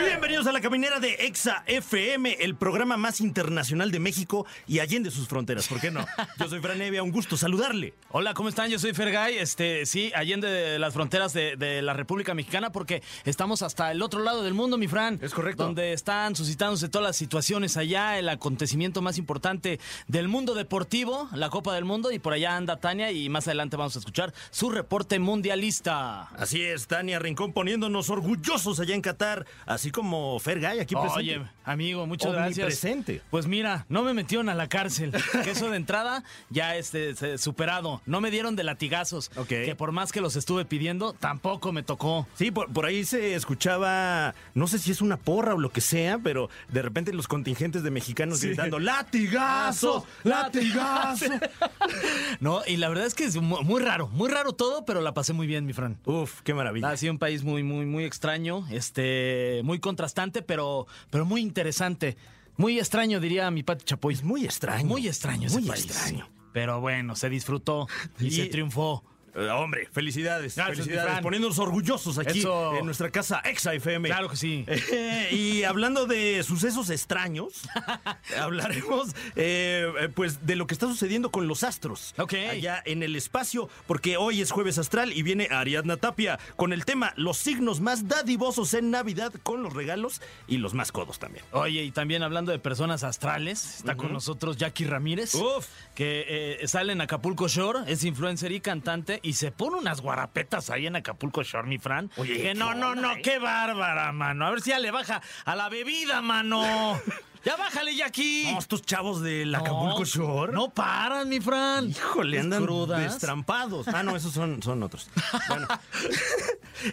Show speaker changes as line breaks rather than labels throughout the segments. Bienvenidos a la caminera de Exa FM, el programa más internacional de México y allende sus fronteras. ¿Por qué no? Yo soy Fran Evia, un gusto saludarle.
Hola, ¿cómo están? Yo soy Fergay, este, sí, allende de las fronteras de, de la República Mexicana, porque estamos hasta el otro lado del mundo, mi Fran.
Es correcto.
Donde están suscitándose todas las situaciones allá, el acontecimiento más importante del mundo deportivo, la Copa del Mundo, y por allá anda Tania, y más adelante vamos a escuchar su reporte mundialista.
Así es, Tania Rincón poniéndonos orgullosos allá en Qatar, así como Fergay aquí presente.
Oye, amigo, muchas gracias.
Omnipresente.
Pues mira, no me metieron a la cárcel, que eso de entrada ya este se- superado. No me dieron de latigazos,
Ok.
que por más que los estuve pidiendo, tampoco me tocó.
Sí, por, por ahí se escuchaba, no sé si es una porra o lo que sea, pero de repente los contingentes de mexicanos gritando ¡Latigazo! ¡Latigazo!
No, y la verdad es que es mu- muy raro, muy raro todo, pero la pasé muy bien, mi Fran.
Uf, qué maravilla.
Ha sido Ah, un país muy, muy, muy extraño, este, muy contrastante, pero, pero muy interesante. Muy extraño, diría mi Pati Chapoy.
Es muy extraño.
Muy extraño ese
Muy
país.
extraño.
Pero bueno, se disfrutó y,
Y-
se triunfó.
Eh, hombre, felicidades.
Gracias, mi
felicidades.
Fran.
Poniéndonos orgullosos aquí
Eso.
en nuestra casa Exa FM.
Claro que sí.
Eh, y hablando de sucesos extraños, hablaremos eh, eh, pues de lo que está sucediendo con los astros.
Ok.
Allá en el espacio, porque hoy es jueves astral y viene Ariadna Tapia con el tema los signos más dadivosos en Navidad con los regalos y los más codos también.
Oye, y también hablando de personas astrales, está con nosotros Jackie Ramírez.
Uf.
Que eh, sale en Acapulco Shore, es influencer y cantante, y se pone unas guarapetas ahí en Acapulco Shore, mi Fran.
Oye,
que
¿qué
no, no,
onda,
no,
eh?
qué bárbara, mano. A ver si ya le baja a la bebida, mano. ya bájale, Jackie.
No, estos chavos del Acapulco
No,
Shore.
No paran, mi Fran.
Híjole, andan
Crudas.
destrampados. Ah, no, esos son, son otros. Bueno.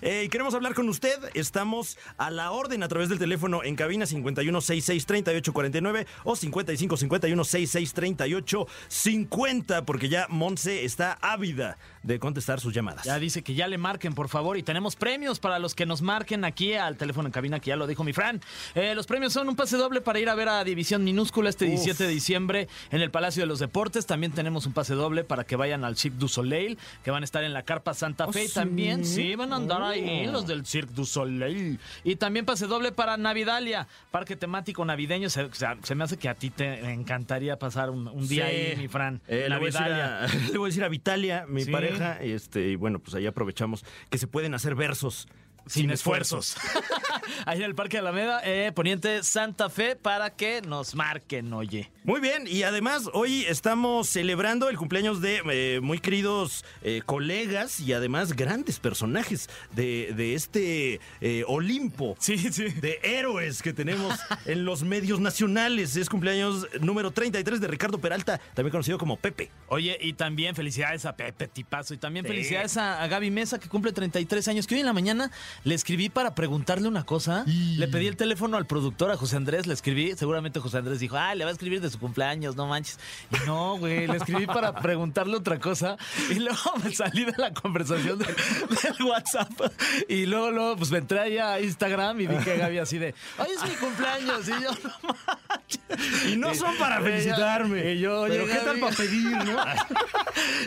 Eh, y queremos hablar con usted. Estamos a la orden a través del teléfono en cabina 51663849 o 5551663850, porque ya Monse está ávida de contestar sus llamadas.
Ya dice que ya le marquen, por favor, y tenemos premios para los que nos marquen aquí al teléfono en cabina, que ya lo dijo mi Fran. Eh, los premios son un pase doble para ir a ver a División Minúscula este
Uf.
17 de diciembre en el Palacio de los Deportes. También tenemos un pase doble para que vayan al Cirque du Soleil, que van a estar en la Carpa Santa Fe.
Oh,
Y
¿sí? Oh.
también, sí, van a andar ahí los del Cirque du Soleil. Y también pase doble para Navidalia, parque temático navideño. Se, o sea, se me hace que a ti te encantaría pasar un, un día
Sí.
ahí, mi Fran.
Eh, le, voy a decir a, le voy a decir a Vitalia, mi
Sí.
pareja, y este, y bueno, pues ahí aprovechamos que se pueden hacer versos
Sin, esfuerzos. Ahí en el Parque Alameda, eh, Poniente Santa Fe, para que nos marquen, oye.
Muy bien, y además hoy estamos celebrando el cumpleaños de eh, muy queridos eh, colegas y además grandes personajes de, de este eh, Olimpo.
Sí, sí.
De héroes que tenemos en los medios nacionales. Es cumpleaños número 33 de Ricardo Peralta, también conocido como Pepe.
Oye, y también felicidades a Pepe Tipazo y también
Sí.
felicidades a, a Gaby Mesa, que cumple 33 años, que hoy en la mañana le escribí para preguntarle una cosa. Le pedí el teléfono al productor, a José Andrés, le escribí, seguramente José Andrés dijo, ah, le va a escribir de su cumpleaños, no manches. Y no, güey, le escribí para preguntarle otra cosa y luego me salí de la conversación del, del WhatsApp y luego, luego, pues me entré ahí a Instagram y vi que Gaby así de, hoy es mi cumpleaños y yo, no manches.
Y no son para
Ella-
felicitarme.
y yo,
Pero
oye,
¿qué tal
Gaby?
para pedir, no?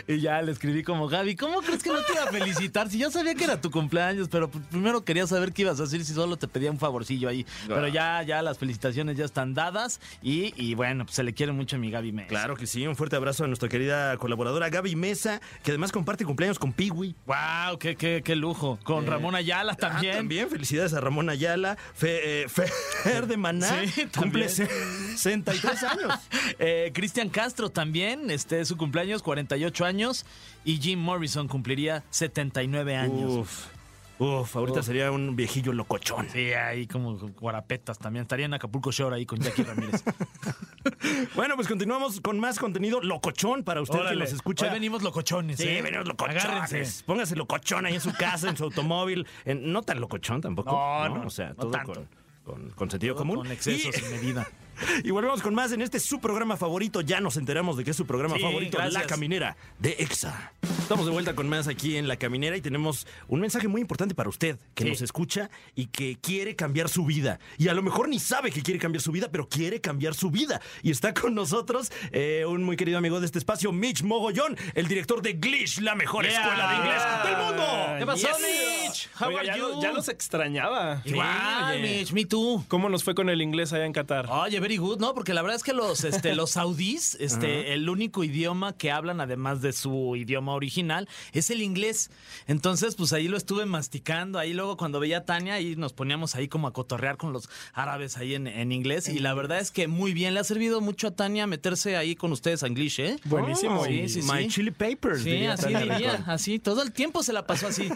Y ya le escribí como, Gaby, ¿cómo crees que no te iba a felicitar? Si yo sabía que era tu cumpleaños, pero pues primero quería saber qué ibas a hacer si solo te pedía un favorcillo ahí. Pero ya, ya las felicitaciones ya están dadas y, y bueno, pues se le quiere mucho a mi Gaby Mesa.
Claro que sí, un fuerte abrazo a nuestra querida colaboradora Gaby Mesa, que además comparte cumpleaños con Piwi.
¡Wow! ¡Qué, qué, qué lujo! Con
Eh,
Ramón Ayala también.
Ah, también felicidades a Ramón Ayala, Fe- eh, Fer de Maná,
Sí,
cumple
también.
63 años.
Eh, Cristian Castro también, este es su cumpleaños, 48 años. Y Jim Morrison cumpliría 79 años.
Uf, uf, ahorita
Uf.
sería un viejillo locochón.
Sí, ahí como guarapetas también. Estaría en Acapulco Shore ahí con Jackie Ramírez.
Bueno, pues continuamos con más contenido locochón para usted que
Órale.
nos escucha.
Hoy venimos locochones.
Sí,
¿eh?
venimos locochones.
Agárrense.
Póngase locochón ahí en su casa, en su automóvil. en- no tan locochón tampoco.
No, no,
O sea,
no
todo
tanto.
con, con- con sentido
Todo
común.
Con exceso,
Y-
sin medida.
Y volvemos con más en este su programa favorito. Ya nos enteramos de que es su programa
Sí,
favorito, La
gracias.
Caminera de EXA. Estamos de vuelta con más aquí en La Caminera y tenemos un mensaje muy importante para usted que
Sí.
nos escucha y que quiere cambiar su vida. Y a lo mejor ni sabe que quiere cambiar su vida, pero quiere cambiar su vida. Y está con nosotros eh, un muy querido amigo de este espacio, Mitch Mogollón, el director de Glitch, la mejor
Yeah.
escuela de inglés del mundo.
¿Qué pasó,
Ah, Yes.
Mitch? How
Oiga,
are
ya,
you?
lo- ya los extrañaba.
Igual,
Sí, oye.
Mitch, me too.
¿Cómo nos fue con el inglés allá en Qatar?
Oye, very good, ¿no? Porque la verdad es que los, este, los saudíes, este, el único idioma que hablan, además de su idioma original, es el inglés. Entonces, pues ahí lo estuve masticando. Ahí luego cuando veía a Tania, ahí nos poníamos ahí como a cotorrear con los árabes ahí en, en inglés. Y la verdad es que muy bien. Le ha servido mucho a Tania meterse ahí con ustedes a English, ¿eh?
Buenísimo.
Sí, sí,
My
sí.
Chili Papers. Pues
Sí,
diría
así
Tania
diría,
Rincón.
así. Todo el tiempo se la pasó así.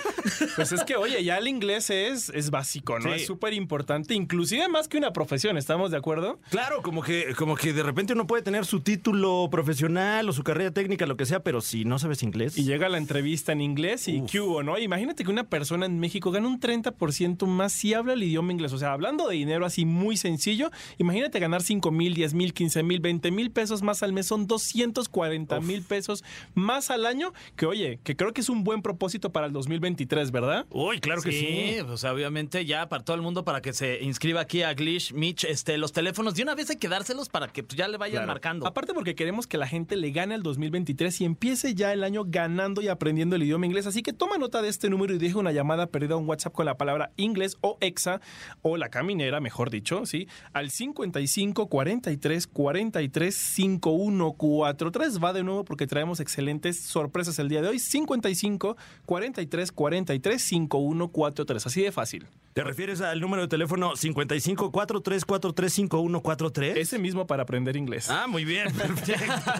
Pues es que, oye, ya el inglés es, es básico, ¿no?
Sí.
Es súper importante, inclusive más que una profesión, ¿estamos de acuerdo?
Claro, como que, como que de repente uno puede tener su título profesional o su carrera técnica, lo que sea, pero si no sabes inglés.
Y llega la entrevista en inglés y
Uf.
¿qué hubo, no? Imagínate que una persona en México gana un 30% más si habla el idioma inglés. O sea, hablando de dinero así muy sencillo, imagínate ganar 5 mil, 10 mil, 15 mil, 20 mil pesos más al mes. Son 240 mil pesos más al año que, oye, que creo que es un buen propósito para el 2023, ¿verdad?
Uy, claro que sí.
pues obviamente ya para todo el mundo para que se inscriba aquí a Glitch, Mitch, este, los teléfonos de una vez hay que dárselos para que pues, ya le vayan
Claro.
marcando.
Aparte porque queremos que la gente le gane al 2023 y empiece ya el año ganando y aprendiendo el idioma inglés. Así que toma nota de este número y deja una llamada perdida a un WhatsApp con la palabra inglés o exa o la caminera, mejor dicho, ¿sí? Al 55 43 43 51 43. Va de nuevo porque traemos excelentes sorpresas el día de hoy. 55 43 43 51 43. Así de fácil.
¿Te refieres al número de teléfono 55 4343
Ese mismo para aprender inglés.
Ah, muy bien, perfecto.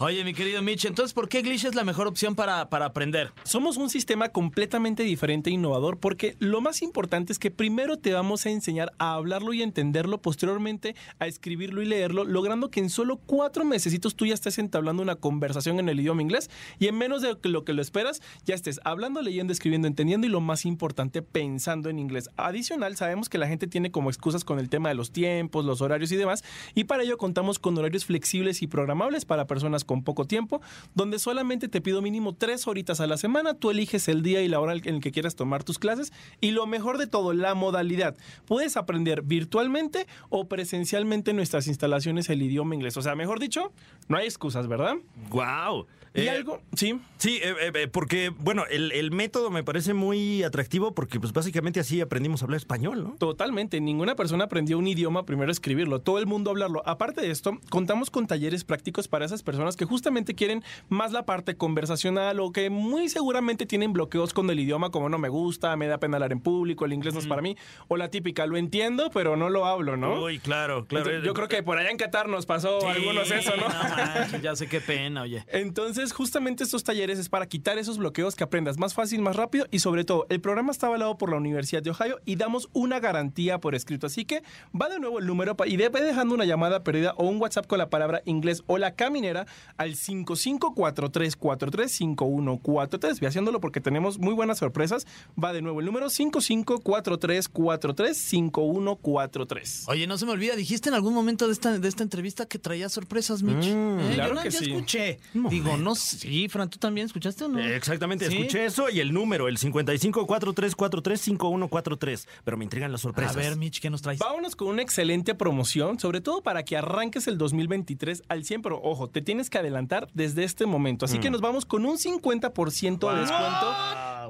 Oye, mi querido Mitch, entonces, ¿por qué Glitch es la mejor opción para, para aprender?
Somos un sistema completamente diferente e innovador porque lo más importante es que primero te vamos a enseñar a hablarlo y entenderlo, posteriormente a escribirlo y leerlo, logrando que en solo cuatro mesecitos tú ya estés entablando una conversación en el idioma inglés y en menos de lo que lo esperas ya estés hablando, leyendo, escribiendo, entendiendo y lo más importante, pensando en inglés. Adicional, sabemos que la gente tiene como excusas con el tema de los tiempos, los horarios y demás y para ello contamos con horarios flexibles y programables para personas con poco tiempo, donde solamente te pido mínimo tres horitas a la semana, tú eliges el día y la hora en el que quieras tomar tus clases y lo mejor de todo, la modalidad. Puedes aprender virtualmente o presencialmente en nuestras instalaciones el idioma inglés. O sea, mejor dicho, no hay excusas, ¿verdad?
wow.
y algo, Eh, sí.
Sí, eh, eh, eh, porque, bueno, el, el método me parece muy atractivo porque, pues, básicamente así aprendimos a hablar español, ¿no?
Totalmente, ninguna persona aprendió un idioma primero a escribirlo, todo el mundo a hablarlo. Aparte de esto, contamos con talleres prácticos para esas personas que justamente quieren más la parte conversacional o que muy seguramente tienen bloqueos con el idioma como no me gusta, me da pena hablar en público, el inglés no es para mí, o la típica, lo entiendo pero no lo hablo, ¿no?
Uy, claro, claro. eh,
Entonces, yo creo que por allá en Qatar nos pasó a algunos eso, ¿no?
manches, ya sé qué pena, oye.
Entonces, justamente estos talleres es para quitar esos bloqueos que aprendas más fácil, más rápido y sobre todo, el programa está avalado por la Universidad de Ohio y damos una garantía por escrito. Así que va de nuevo el número pa- y de- ve dejando una llamada perdida o un WhatsApp con la palabra inglés o la caminera al 5543435143. Ve haciéndolo porque tenemos muy buenas sorpresas. Va de nuevo el número 5543435143.
Oye, no se me olvida, dijiste en algún momento de esta, de esta entrevista que traía sorpresas, Mitch.
Mm,
Eh,
claro
yo la-
que
ya
sí.
escuché. Digo, no, sé- sí, Fran, ¿tú también escuchaste o no?
Eh, Exactamente,
¿Sí?
escuché eso y el número, el 55 4343 5143. Pero me intrigan las
A
sorpresas.
ver, Mitch, ¿qué nos traes?
Vámonos con una excelente promoción, sobre todo para que arranques el 2023 al 100, pero ojo, te tienes que adelantar desde este momento. Así que nos vamos con un 50% de descuento,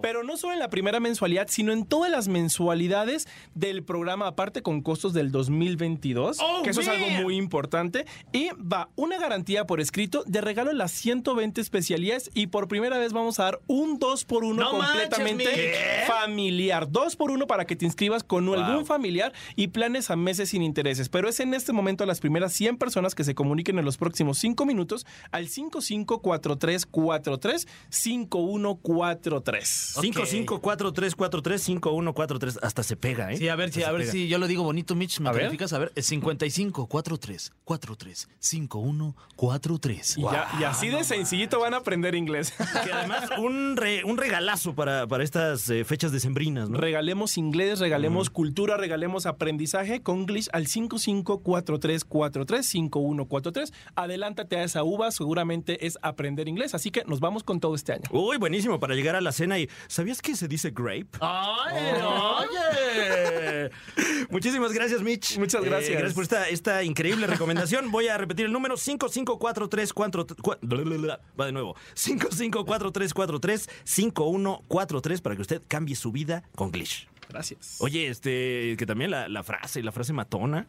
pero no solo en la primera mensualidad, sino en todas las mensualidades del programa, aparte con costos del 2022,
Oh,
que eso es algo
man.
muy importante. Y va una garantía por escrito de regalo en las 120 especialidades y por primera vez vamos a dar un 2 por 1
No
completamente
manches,
Mitch.
familiar. 2 por 1 para que te inscribas con algún
Wow.
familiar y planes a meses sin intereses. Pero es en este momento a las primeras 100 personas que se comuniquen en los próximos 5 minutos al 5543435143. 3.
Ok.
5543435143. Hasta se pega, ¿eh?
Sí, a ver, si,
Hasta
a
se
ver
pega.
si yo lo digo bonito, Mitch. ¿Me
A ver.
calificas? A ver, es 55 43 43 51 43.
Y, ya- y así de sencillito van a aprender inglés.
Que además un, re- un regalazo para, para estas eh, fechas decembrinas, ¿no?
Regalemos inglés, regalemos cultura, regalemos aprendizaje con English al 5543435143. Adelántate a esa uva, seguramente es aprender inglés, así que nos vamos con todo este año.
Uy, buenísimo, para llegar a la cena y... ¿Sabías que se dice grape?
¡Ay,
Oye. Muchísimas gracias, Mitch. Eh,
Muchas gracias.
gracias por esta, esta increíble recomendación. Voy a repetir el número 554343. Va de nuevo. 5543435143 para que usted cambie su vida con Glitch.
Gracias.
Oye, este, que también la, la frase, la frase matona.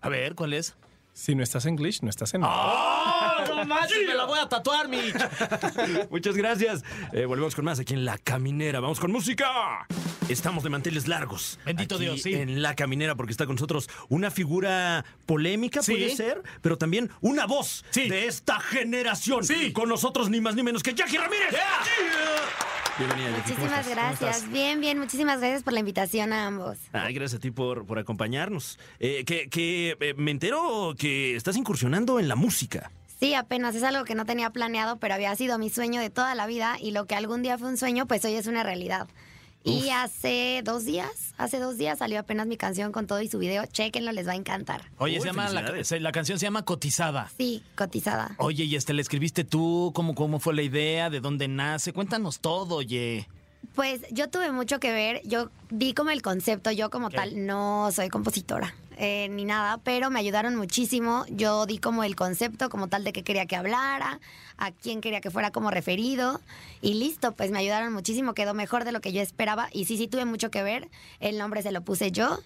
A ver, ¿cuál es?
Si no estás en English, no estás en.
no manches, me la voy a tatuar, Mitch.
Muchas gracias. Eh, volvemos con más aquí en La Caminera. Vamos con música. Estamos de manteles largos.
Bendito
Aquí
Dios, sí.
En La Caminera, porque está con nosotros una figura polémica,
Sí.
puede ser, pero también una voz
Sí.
de esta generación.
Sí.
Con nosotros, ni más ni menos que Jackie Ramírez. Bienvenida, Jackie. ¿Cómo estás?
Muchísimas
¿Cómo estás?
gracias. Bien, bien, muchísimas gracias por la invitación a ambos.
Ay, gracias a ti por, por acompañarnos. Eh, que que, eh, me entero que estás incursionando en la música.
Sí, apenas es algo que no tenía planeado, pero había sido mi sueño de toda la vida y lo que algún día fue un sueño, pues hoy es una realidad. Y hace dos días, hace dos días salió apenas mi canción con todo y su video. Chequenlo, les va a encantar.
Oye,
Uy,
se llama la,
felicidades.
se- la canción se llama Cotizada.
Sí, cotizada.
Oye, y este, ¿la escribiste tú? ¿Cómo, ¿Cómo fue la idea? ¿De dónde nace? Cuéntanos todo, oye.
Pues yo tuve mucho que ver, yo di como el concepto, yo como tal no soy compositora eh, ni nada, pero me ayudaron muchísimo, yo di como el concepto como tal de qué quería que hablara, a quién quería que fuera como referido y listo, pues me ayudaron muchísimo, quedó mejor de lo que yo esperaba y sí, sí tuve mucho que ver, el nombre se lo puse yo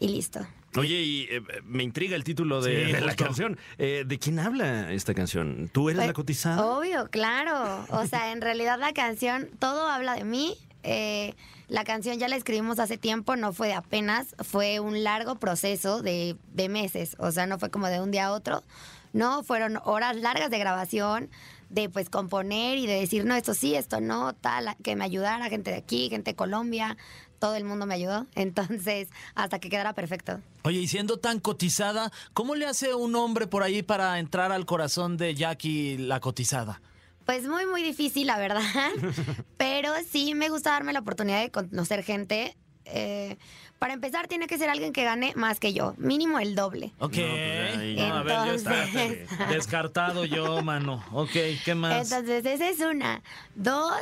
y listo.
Oye, y eh, me intriga el título de,
Sí,
de la
justo.
canción. Eh, ¿De quién habla esta canción? ¿Tú eres la
Pues,
cotizada?
Obvio, claro. O sea, en realidad la canción, todo habla de mí. Eh, la canción ya la escribimos hace tiempo, no fue de apenas, fue un largo proceso de, de meses. O sea, no fue como de un día a otro. No, fueron horas largas de grabación, de pues componer y de decir, no, esto sí, esto no, tal, que me ayudara gente de aquí, gente de Colombia, todo el mundo me ayudó. Entonces, hasta que quedara perfecto.
Oye, y siendo tan cotizada, ¿cómo le hace un hombre por ahí para entrar al corazón de Jackie la cotizada?
Pues muy, muy difícil, la verdad. Pero sí me gusta darme la oportunidad de conocer gente. Eh, para empezar, tiene que ser alguien que gane más que yo, mínimo el doble.
Ok.
No, pues, ahí
No, a ver, ya está.
Entonces-
Descartado yo, mano. Ok, ¿qué más?
Entonces, esa es una. Dos,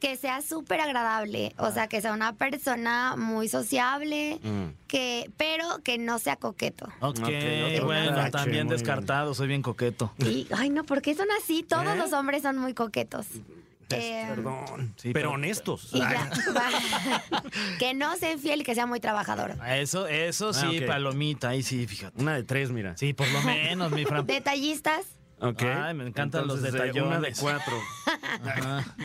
que sea súper agradable.
Ah.
O sea, que sea una persona muy sociable,
Mm.
que, pero que no sea coqueto.
Ok,
otro
bueno,
tache,
también
muy
descartado, soy bien coqueto.
Y, ay, no, ¿por qué son así? Todos
¿Eh?
los hombres son muy coquetos. Eh,
Perdón. pero
Sí, pero-
honestos.
y ya. que no sea infiel y que sea muy trabajador.
Eso, eso sí,
ok.
palomita, ahí sí, fíjate.
Una de tres, mira.
Sí, por lo menos, mi Fran.
Detallistas.
Ok.
Ay, me encantan los
Entonces, eh, Una de
detallones.
cuatro.
Ajá.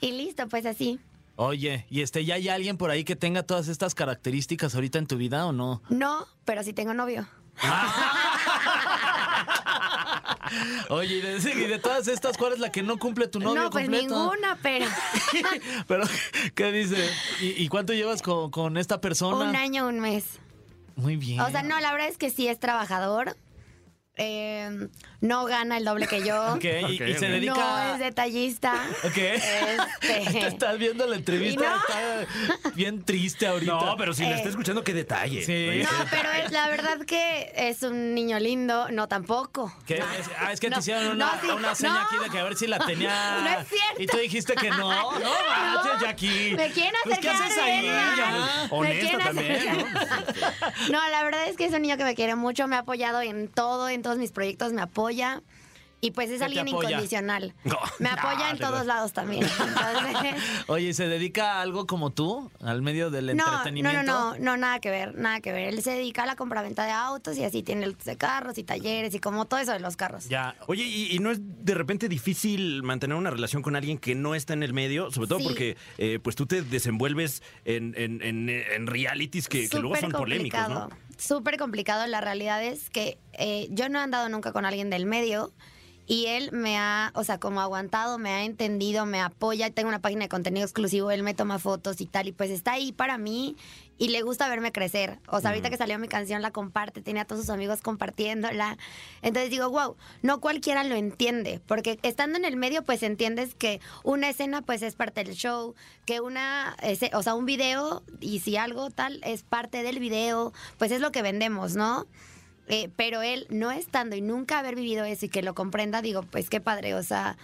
Y listo, pues así.
Oye, ¿y este ya hay alguien por ahí que tenga todas estas características ahorita en tu vida o no?
No, pero sí tengo novio.
Oye, y de, y de todas estas, ¿cuál es la que no cumple tu novio
no, pues
completo?
ninguna, pero
Pero, ¿qué dice? ¿Y, y cuánto llevas con, con esta persona?
un año, un mes.
Muy bien.
O sea, no, la verdad es que sí es trabajador. Eh, no gana el doble que yo.
Ok, y- y,
Ok,
se
ok.
dedica...
No es detallista.
Ok.
Este-
Te estás viendo la entrevista,
no?
está bien triste ahorita.
No, pero si la
Eh.
está escuchando, qué detalle.
Sí.
Oye,
No, pero es, la verdad que es un niño lindo. No, tampoco.
¿Qué? Es, ah, es que
No,
te hicieron una,
no, sí,
una seña
no.
aquí de que a ver si la tenía.
No es cierto.
Y tú dijiste que no. No, manches, Jackie.
Me quieren
Pues, ¿Qué
acercar
haces
a
ahí?
Edgar.
ya?
Me
Honesta
quieren
también, ¿no?
acercar. No, la verdad es que es un niño que me quiere mucho, me ha apoyado en todo, en todos mis proyectos, me apoya. Y pues es
te
alguien
apoya? Ah,
incondicional. Me apoya en todos lados también. Entonces,
Oye, ¿y ¿se dedica a algo como tú? ¿Al medio del
no, no, no,
entretenimiento?
no, no, nada que ver, nada que ver. Él se dedica a la compraventa de autos y así tiene de carros y talleres y como todo eso de los carros.
Ya.
Oye, ¿y, y no es de repente difícil mantener una relación con alguien que no está en el medio? Sobre todo
Sí.
porque eh, pues tú te desenvuelves en, en, en- en realities que, que luego son
Súper
polémicos, ¿no?
complicado, Súper complicado. La realidad es que eh, yo no he andado nunca con alguien del medio. Y él me ha, o sea, como aguantado, me ha entendido, me apoya. Tengo una página de contenido exclusivo, él me toma fotos y tal. Y pues está ahí para mí y le gusta verme crecer. O sea, ahorita que salió mi canción, la comparte, tenía a todos sus amigos compartiéndola. Entonces digo, wow, no cualquiera lo entiende, porque estando en el medio, pues entiendes que una escena, pues es parte del show, que una, ese- o sea, un video, y si algo tal, es parte del video, pues es lo que vendemos, ¿no? Eh, pero él, no estando y nunca haber vivido eso y que lo comprenda, digo, pues qué padre, o sea,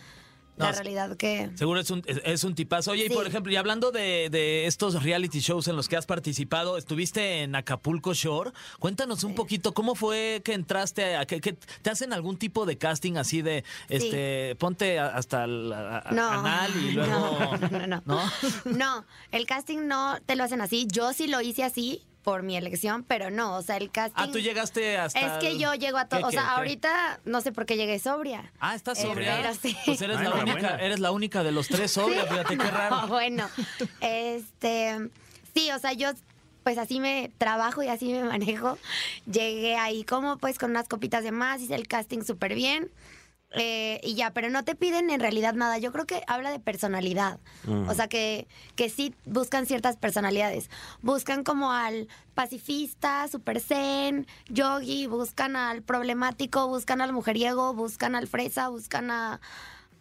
No,
la
es-
realidad que...
Seguro es un, es, es un tipazo. Oye,
Sí.
y por ejemplo, y hablando de, de estos reality shows en los que has participado, estuviste en Acapulco Shore. Cuéntanos un poquito cómo fue que entraste, a, que, que te hacen algún tipo de casting así de, este, ponte a- hasta el a- a-
No.
canal y luego...
No, no, no, no.
¿No?
No, el casting no te lo hacen así. Yo sí lo hice así por mi elección, pero no, o sea, el casting...
Ah, tú llegaste hasta...
Es que
el-
yo llego a
¿Qué,
todo, o
qué,
sea,
qué?
ahorita no sé por qué llegué sobria.
Ah, estás
Eh,
sobria.
pero sí.
Pues eres
Ah,
la, única,
enhorabuena.
eres la única de los tres sobria, fíjate qué
No,
raro.
bueno, este, sí, o sea, yo pues así me trabajo y así me manejo. Llegué ahí como pues con unas copitas de más, hice el casting súper bien. eh, y ya, pero no te piden en realidad nada. Yo creo que habla de personalidad. O sea, que, que sí buscan ciertas personalidades. Buscan como al pacifista, super zen, yogi, buscan al problemático, buscan al mujeriego, buscan al fresa, buscan a,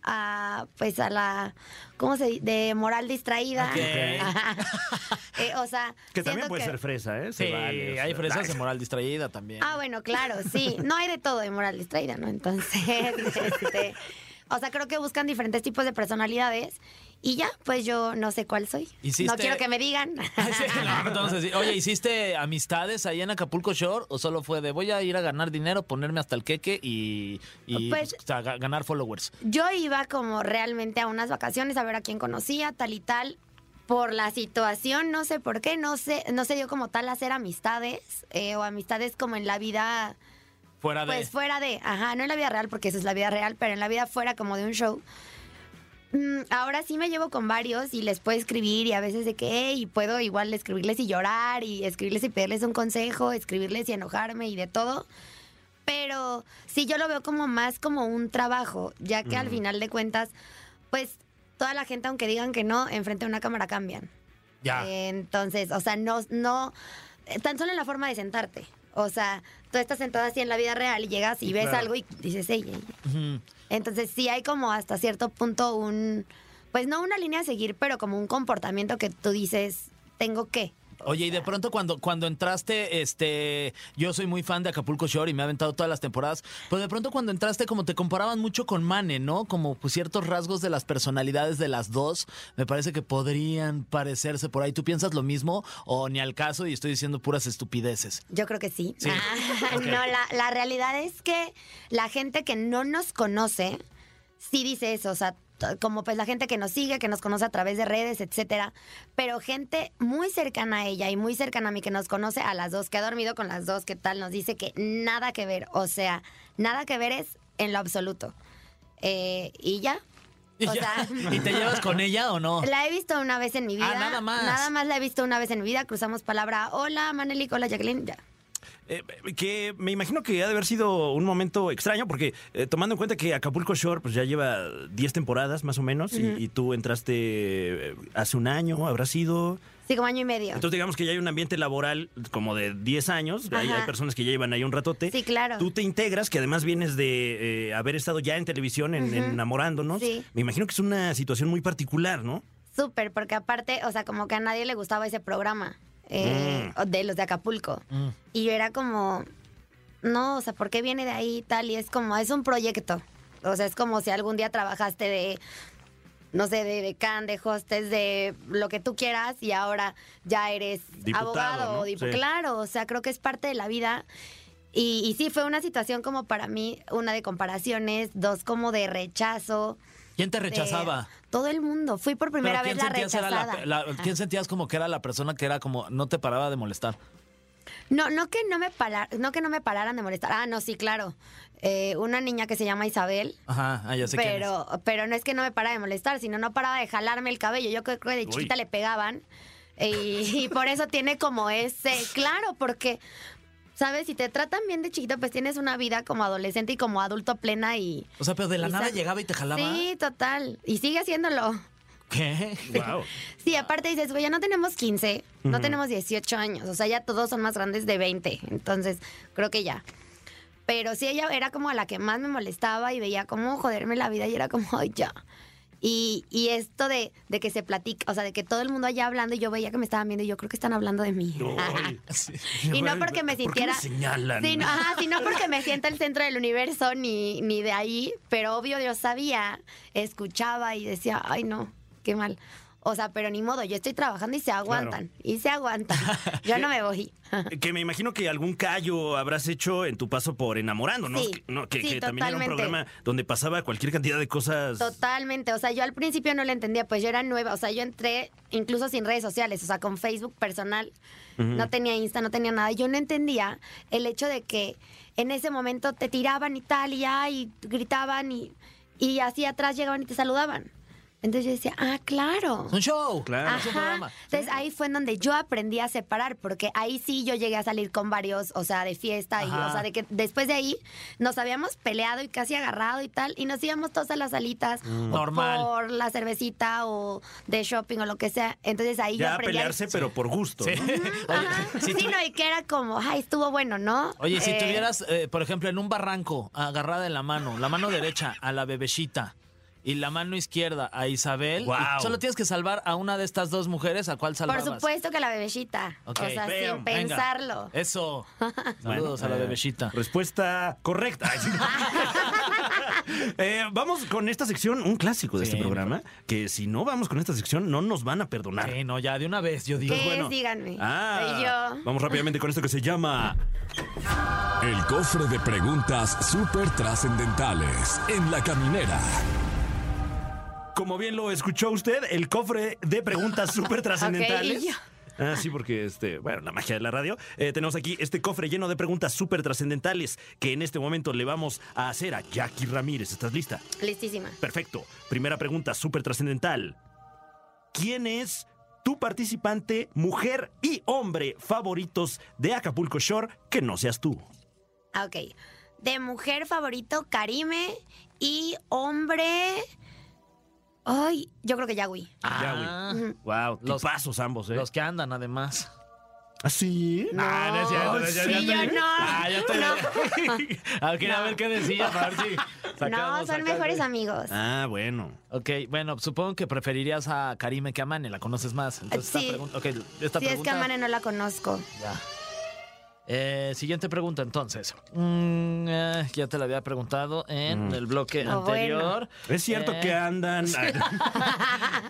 a, pues a la ¿cómo se dice? de moral distraída.
Ok.
Eh, o sea,
Que también
siento
puede
que-
ser fresa, ¿eh? Se
Sí,
vale, o sea.
hay fresas de moral distraída también.
Ah, bueno, claro, sí. No hay de todo de moral distraída, ¿no? Entonces, este, o sea, creo que buscan diferentes tipos de personalidades y ya, pues yo no sé cuál soy.
Hiciste-
No quiero que me digan.
Ay, sí, no, entonces, sí. oye, ¿hiciste amistades ahí en Acapulco Shore o solo fue de voy a ir a ganar dinero, ponerme hasta el queque y, y,
Pues-
o sea, ga- ganar followers?
Yo iba como realmente a unas vacaciones a ver a quién conocía, tal y tal. Por la situación, no sé por qué, no sé, no se dio como tal hacer amistades eh, o amistades como en la vida
Fuera de...
Pues fuera de, ajá, no en la vida real, porque esa es la vida real, pero en la vida fuera como de un show. Mm, ahora sí me llevo con varios y les puedo escribir y a veces de que, y puedo igual escribirles y llorar y escribirles y pedirles un consejo, escribirles y enojarme y de todo. Pero sí, yo lo veo como más como un trabajo, ya que al final de cuentas, pues toda la gente, aunque digan que no, enfrente de una cámara cambian.
ya.
eh, Entonces, o sea, no, no, eh, tan solo en la forma de sentarte. O sea, tú estás sentada así en la vida real y llegas y ves
Claro.
algo y dices, ey, ey".
Ujú.
Entonces sí hay como hasta cierto punto un, pues no una línea a seguir, pero como un comportamiento que tú dices, tengo que.
Oye, y de pronto cuando, cuando entraste, este, yo soy muy fan de Acapulco Shore y me ha aventado todas las temporadas, pero de pronto cuando entraste como te comparaban mucho con Mane, ¿no? Como pues, ciertos rasgos de las personalidades de las dos, me parece que podrían parecerse por ahí. ¿Tú piensas lo mismo o ni al caso y estoy diciendo puras estupideces?
Yo creo que sí.
Sí.
Ah,
Ok.
No, la, la realidad es que la gente que no nos conoce sí dice eso, o sea, t- como pues la gente que nos sigue, que nos conoce a través de redes, etcétera, pero gente muy cercana a ella y muy cercana a mí que nos conoce a las dos, que ha dormido con las dos, que tal, nos dice que nada que ver, o sea, nada que ver es en lo absoluto. Eh, y ya.
Y
O
ya.
sea,
¿Y te llevas con ella o no?
la he visto una vez en mi vida.
Ah, nada más.
Nada más la he visto una vez en mi vida. Cruzamos palabra. Hola, Manelik. Hola, Jacqueline. Ya.
Eh, que me imagino que ha de haber sido un momento extraño, porque eh, tomando en cuenta que Acapulco Shore pues, ya lleva 10 temporadas más o menos, y- y, tú entraste eh, hace un año, habrá sido.
Sí, como año y medio.
Entonces, digamos que ya hay un ambiente laboral como de 10 años, hay,
Ajá.
hay personas que ya llevan ahí un ratote.
Sí, claro.
Tú te integras, que además vienes de eh, haber estado ya en televisión, en, en enamorándonos.
Sí.
Me imagino que es una situación muy particular, ¿no?
Súper, porque aparte, o sea, como que a nadie le gustaba ese programa eh,
Mm.
de los de Acapulco. Y yo era como, no, o sea, ¿por qué viene de ahí y tal? Y es como, es un proyecto. O sea, es como si algún día trabajaste de, no sé, de decán, de hostes, de lo que tú quieras y ahora ya eres
Diputado,
abogado.
¿no?
o dipu-
Sí.
Claro, o sea, creo que es parte de la vida. Y, y sí, fue una situación como para mí, una de comparaciones, dos como de rechazo.
¿Quién te
de-
rechazaba?
todo el mundo. Fui por primera
¿Pero
vez
quién
la
sentías era
rechazada.
la- la- ¿Quién sentías como que era la persona que era como no te paraba de molestar?
No, no que no me parar, no que no me pararan de molestar. Ah, no, sí, claro. Eh, una niña que se llama Isabel.
Ajá, ah, ya sé quién es.
pero, pero no es que no me paraba de molestar, sino no paraba de jalarme el cabello. Yo creo que de chiquita le pegaban. Y, y por eso tiene como ese, claro, porque ¿Sabes? Si te tratan bien de chiquito, pues tienes una vida como adolescente y como adulto plena y...
O sea, pero de la
y
nada
sa-
llegaba y te jalaba.
Sí, total. Y sigue haciéndolo.
¿Qué?
Wow.
Sí, aparte dices, güey, ya no tenemos 15, no tenemos 18 años, o sea, ya todos son más grandes de 20, entonces creo que ya. Pero sí, ella era como la que más me molestaba y veía cómo joderme la vida y era como, ay, ya. Y, y esto de, de que se platica, o sea, de que todo el mundo allá hablando y yo veía que me estaban viendo y yo creo que están hablando de mí.
Ay.
Y no porque me
¿Por qué
sintiera.
señalan?
Sí, no, ajá, sí, no porque me sienta el centro del universo ni, ni de ahí, pero obvio yo sabía, escuchaba y decía, ay no, qué mal. O sea, pero ni modo, yo estoy trabajando y se aguantan, y se aguantan. Yo no me voy.
Que me imagino que algún callo habrás hecho en tu paso por enamorando, ¿no?
Sí,
Que- no, que
sí,
que también era un
totalmente.
programa donde pasaba cualquier cantidad de cosas.
Totalmente, o sea, yo al principio no lo entendía, pues yo era nueva, o sea, yo entré incluso sin redes sociales, o sea, con Facebook personal, no tenía Insta, no tenía nada, yo no entendía el hecho de que en ese momento te tiraban y tal, y, ay, gritaban y, y así atrás llegaban y te saludaban. Entonces yo decía, ah, claro.
Es un show.
Claro.
Ah, Es un
Ajá.
programa.
Entonces ahí fue en donde yo aprendí a separar, porque ahí sí yo llegué a salir con varios, o sea, de fiesta y,
Ajá.
o sea, de que después de ahí nos habíamos peleado y casi agarrado y tal, y nos íbamos todos a las alitas o
Mm. Normal.
por la cervecita o de shopping o lo que sea. Entonces ahí yo
ya a
aprendí. a-
pelearse, pero por gusto. ¿no?
Ajá. Sí, no, y que era como, ay, estuvo bueno, ¿no?
Oye, si
Eh,
tuvieras, eh, por ejemplo, en un barranco, agarrada en la mano, la mano derecha a la bebecita y la mano izquierda a Isabel, y
Guau.
solo tienes que salvar a una de estas dos mujeres, ¿a cuál
Por
salvabas?
supuesto que la bebecita.
Ok,
o sea,
bam,
sin
Venga. Eh.
pensarlo.
Eso.
Bueno,
Saludos a la
eh,
bebecita.
Respuesta correcta. Ay, sí. Eh, vamos con esta sección, un clásico de
Sí,
este programa, que si no vamos con esta sección no nos van a perdonar.
Sí, no, ya de una vez, yo digo.
¿Qué es? Pues Díganme.
Ah,
Soy yo.
Vamos rápidamente con esto que se llama
El cofre de preguntas súper trascendentales en la caminera.
Como bien lo escuchó usted, el cofre de preguntas súper trascendentales.
Ok, y yo.
Ah, sí, porque este, bueno, la magia de la radio. Eh, tenemos aquí este cofre lleno de preguntas súper trascendentales que en este momento le vamos a hacer a Jackie Ramírez. ¿Estás lista?
Listísima.
Perfecto. Primera pregunta súper trascendental. ¿Quién es tu participante, mujer y hombre favoritos de Acapulco Shore que no seas tú?
Ah, Ok. De mujer favorito, Karime. Y hombre. Ay, yo creo que Yagüi.
Ah,
Wow,
Los-
pasos ambos, ¿eh?
los que andan, además.
¿Ah, sí?
Ah, no es cierto, no es cierto,
sí,
ya Oh, sí, estoy- yo no.
Ah, ya estoy. Ah, quería
No.
ver qué decía, para ver si sacamos,
no, son
sacamos.
mejores amigos.
Ah, bueno.
Ok, bueno, supongo que preferirías a Karime que a Mane, la conoces más. Entonces,
Sí.
esta pregunta. ok, esta
Si es que
pregunta-
a Mane no la conozco.
Ya. Eh, siguiente pregunta, entonces. Mm, eh, ya te la había preguntado en el bloque
No,
anterior.
Es cierto
Eh,
que andan.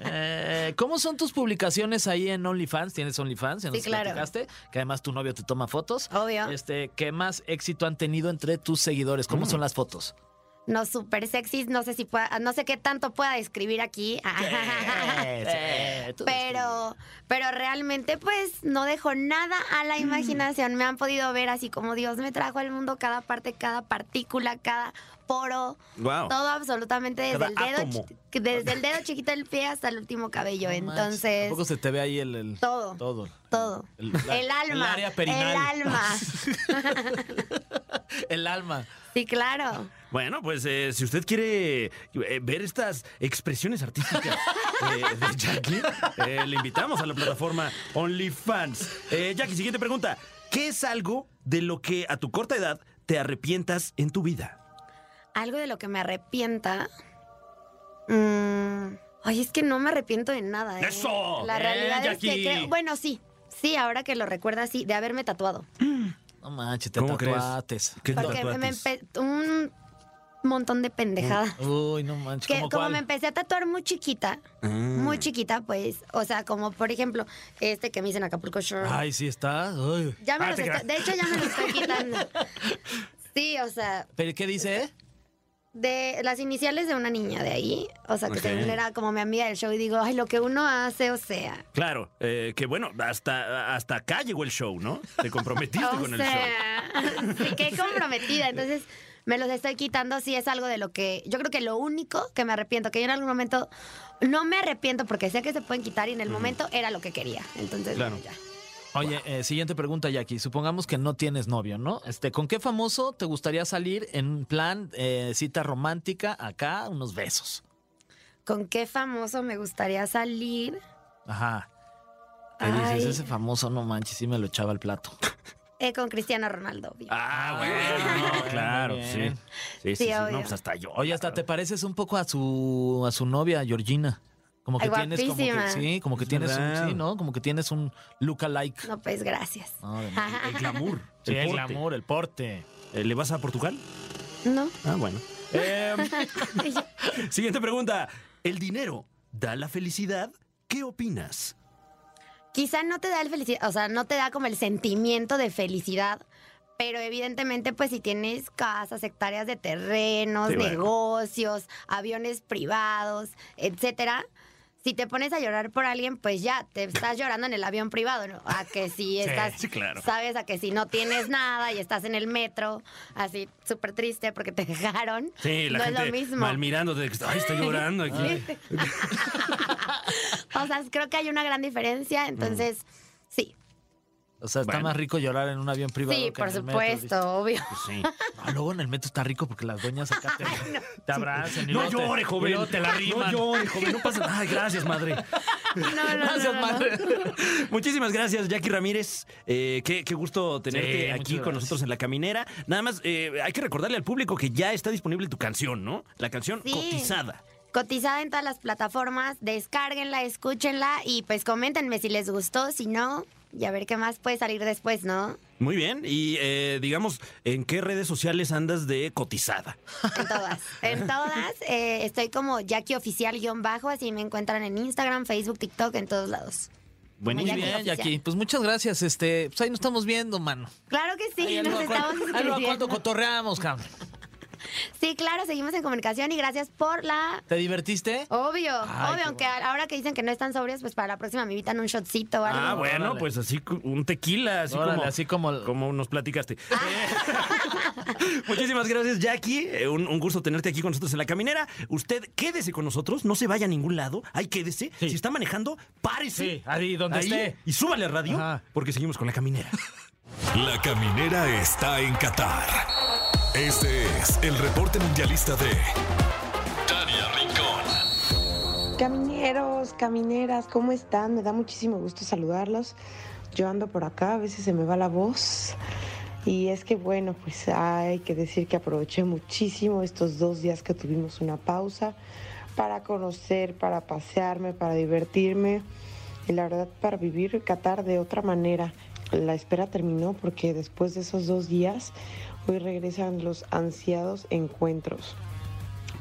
eh, ¿Cómo son tus publicaciones ahí en OnlyFans? ¿Tienes OnlyFans? Ya
Sí,
nos
claro.
platicaste, que además tu novio te toma fotos.
Obvio.
Este, ¿Qué más éxito han tenido entre tus seguidores?
Mm.
¿Cómo son las fotos?
No, súper sexy. No sé si pueda, no sé qué tanto pueda describir aquí.
Eh, tú
Pero, pero realmente, pues, no dejo nada a la imaginación. Me han podido ver así como Dios me trajo al mundo cada parte, cada partícula, cada poro.
wow.
Todo absolutamente desde
Oh. Cada
el dedo
átomo.
chi- que desde el dedo chiquito del pie hasta el último cabello.
No manches,
Entonces,
Tampoco se te ve ahí el. el-
todo, todo.
Todo. El, la-
El alma.
El área perinal.
el alma.
el alma.
Sí, claro.
Bueno, pues eh, si usted quiere eh, ver estas expresiones artísticas eh, de Jackie, eh, le invitamos a la plataforma OnlyFans. Eh, Jackie, siguiente pregunta. ¿Qué es algo de lo que a tu corta edad te arrepientas en tu vida?
Algo de lo que me arrepienta. Mm, Ay, es que no me arrepiento de nada. ¿eh?
¡Eso!
La
Bien,
realidad es que
Jackie.
creo- Bueno, sí. Sí, ahora que lo recuerdas, sí, de haberme tatuado.
No manches, te
¿Cómo crees?
tatuates.
¿Qué
Porque me- me empe- un montón de pendejadas.
Uy, no
Pues,
manches.
que
¿Cómo
como
cuál?
me empecé a tatuar muy chiquita,
Ah.
muy chiquita, pues, o sea, como por ejemplo, este que me hice en Acapulco Shore.
Ay, sí está. Ay.
Ya me
Ah,
los
te
está-
creas.
de hecho, ya me los estoy quitando. Sí, o sea,
¿Pero qué dice?
de las iniciales de una niña de ahí, o sea, que
Ok.
según era como mi amiga del show, y digo, ay, lo que uno hace, o sea.
Claro, eh, que bueno, hasta, hasta acá llegó el show, ¿no? Te comprometiste
O
con el show.
sea, sí, qué comprometida. Entonces, me los estoy quitando. Sí, es algo de lo que. Yo creo que lo único que me arrepiento, que yo en algún momento no me arrepiento porque sé que se pueden quitar y en el momento era lo que quería. Entonces,
Claro.
bueno, ya.
Oye, eh, siguiente pregunta, Jackie. Supongamos que no tienes novio, ¿no? Este, ¿con qué famoso te gustaría salir en plan eh, cita romántica acá, unos besos?
¿Con qué famoso me gustaría salir?
Ajá. ¿Qué dices?
Ay.
Ese famoso, no manches, sí me lo echaba al plato.
Eh, con Cristiano Ronaldo. obvio.
Ah, bueno,
bueno,
claro,
muy
sí.
bien.
Sí, sí, sí,
Sí,
no,
obvio.
pues hasta yo.
Oye, hasta te pareces un poco a su a su novia Georgina. Como que
Ay,
tienes como que
guapísima.
sí, como que
Es
tienes
verdad.
un sí, ¿no? Como que tienes un lookalike.
No, pues gracias.
No, de-
El glamour.
Sí, el,
porte.
glamour, el porte.
Eh, ¿Le vas a Portugal?
No.
Ah, bueno. Em, siguiente pregunta. ¿El dinero da la felicidad? ¿Qué opinas?
Quizá no te da el felicidad, o sea, no te da como el sentimiento de felicidad, pero evidentemente, pues si tienes casas, hectáreas de terrenos,
Sí, bueno.
negocios, aviones privados, etcétera. Si te pones a llorar por alguien, pues ya te estás llorando en el avión privado, ¿no? A que si estás,
sí, claro.
sabes, a que si no tienes nada y estás en el metro, así súper triste porque te dejaron. no es lo mismo.
mirándote. Ay, estoy llorando aquí.
O sea, creo que hay una gran diferencia, entonces, sí,
O sea, está
Bueno.
más rico llorar en un avión privado.
sí,
que en
por
el metro,
supuesto, obvio.
Pues sí.
¿viste? No, Ah, luego en el metro está rico porque las doñas acá te, te abrazan. y
No
luego te-
llores,
y
joven.
luego te la riman.
No llores, joven. No pasa nada. Ay, gracias, madre.
No, no, no,
Gracias,
no, no.
madre.
Muchísimas gracias, Jackie Ramírez. Eh, qué, qué gusto tenerte
Sí, muchas
aquí con
gracias.
nosotros en La Caminera. Nada más, eh, hay que recordarle al público que ya está disponible tu canción, ¿no? La canción
Sí.
cotizada.
Cotizada en todas las plataformas, descárguenla, escúchenla y pues coméntenme si les gustó, si no, y a ver qué más puede salir después, ¿no?
Muy bien. Y eh, digamos, ¿en qué redes sociales andas de cotizada?
En todas. En todas, eh, estoy como Jackie Oficial guión bajo, así me encuentran en Instagram, Facebook, TikTok, en todos lados.
Bueno,
Muy
Jackie
bien,
oficial.
Jackie. Pues muchas gracias. Este, pues ahí nos estamos viendo, mano.
Claro que sí,
Ahí
nos
luego
estamos
cuando- ahí luego cuando
escribiendo.
cotorreamos, cabrón.
Sí, claro, seguimos en comunicación y gracias por la...
¿Te divertiste?
Oh.
Obvio,
Ay, qué
obvio, aunque ahora que dicen que no están sobrios, pues para la próxima me invitan un shotcito o algo.
Ah, bueno,
Órale.
pues así cu- un tequila, así
Órale,
como
así como- Ah.
como nos platicaste. Eh, Muchísimas gracias, Jackie. Eh, Un, un gusto tenerte aquí con nosotros en la caminera. Usted quédese con nosotros, no se vaya a ningún lado. Ahí quédese.
Sí.
Si está manejando, párese.
Sí, ahí, donde esté.
Y súbale a radio,
Ajá.
porque seguimos con la caminera.
La caminera está en Qatar. Este es el reporte mundialista de Tania Rincón.
Camineros, camineras, ¿cómo están? Me da muchísimo gusto saludarlos. Yo ando por acá, a veces se me va la voz. Y es que bueno, pues hay que decir que aproveché muchísimo estos dos días que tuvimos una pausa para conocer, para pasearme, para divertirme y la verdad para vivir Qatar de otra manera. La espera terminó porque después de esos dos días, hoy regresan los ansiados encuentros.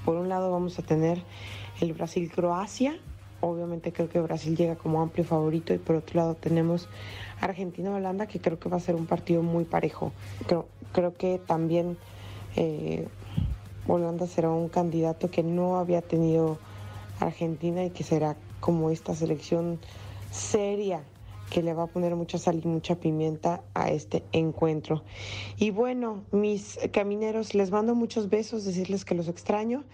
Por un lado vamos a tener el Brasil-Croacia. Obviamente creo que Brasil llega como amplio favorito y por otro lado tenemos Argentina-Holanda que creo que va a ser un partido muy parejo. Creo, creo que también eh, Holanda será un candidato que no había tenido Argentina y que será como esta selección seria que le va a poner mucha sal y mucha pimienta a este encuentro. Y bueno, mis camineros, les mando muchos besos, decirles que los extraño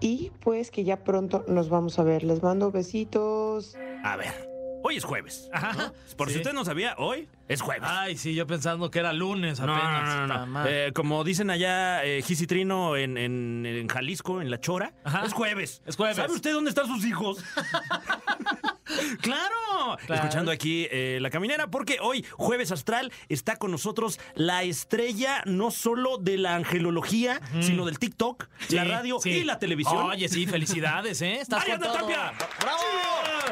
y pues que ya pronto nos vamos a ver. Les mando besitos.
A ver, hoy es jueves.
Ajá.
Por si
Ah, Sí.
usted no sabía, hoy es jueves.
Ay, sí, yo pensando que era lunes
No,
apenas.
no, no,
Ta
no, no.
madre.
Eh, como dicen allá eh, Gis y Trino en, en- en Jalisco, en La Chora,
Ajá.
es jueves.
Es jueves.
¿Sabe usted dónde están sus hijos? ¡Claro!
Claro.
Escuchando aquí eh, La Caminera, porque hoy, jueves astral, está con nosotros la estrella no solo de la angelología, sino del TikTok,
Sí,
la radio
sí.
y la televisión.
Oye, sí, felicidades, ¿eh? Estás
¡Mariana
con todo.
Tapia!
¡Bravo!